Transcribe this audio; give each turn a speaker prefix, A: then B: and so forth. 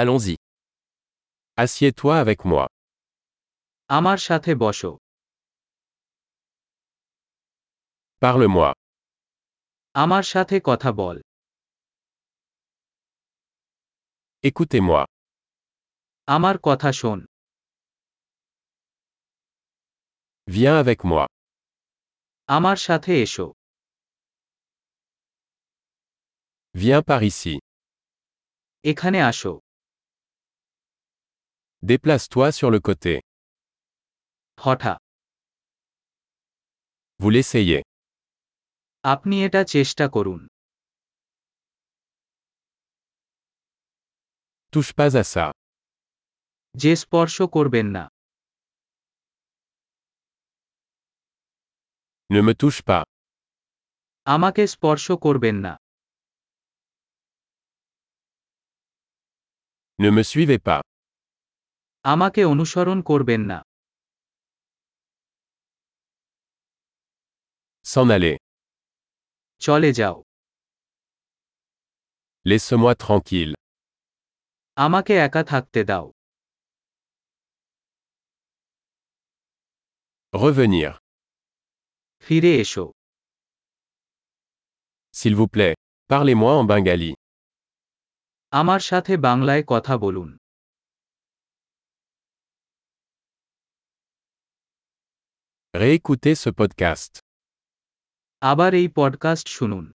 A: Allons-y. Assieds-toi avec moi.
B: আমার সাথে বসো
A: Parle-moi.
B: আমার সাথে কথা বল
A: Écoutez-moi.
B: আমার কথা শোন
A: Viens avec moi.
B: আমার সাথে এসো
A: Viens par ici.
B: এখানে আসো
A: Déplace-toi sur le côté.
B: হঠাৎ
A: Vous l'essayez.
B: আপনি এটা চেষ্টা করুন
A: Touche pas à ça.
B: যে স্পর্শ করবেন না
A: Ne me touche pas.
B: আমাকে স্পর্শ করবেন না
A: Ne me suivez pas.
B: আমাকে অনুসরণ করবেন না
A: S'en aller.
B: চলে যাও
A: Laisse-moi tranquille.
B: আমাকে একা থাকতে দাও
A: Revenir.
B: ফিরে এসো
A: S'il vous plaît. Parlez-moi en bengali.
B: আমার সাথে বাংলায় কথা বলুন
A: Réécoutez ce podcast.
B: আবার এই পডকাস্ট শুনুন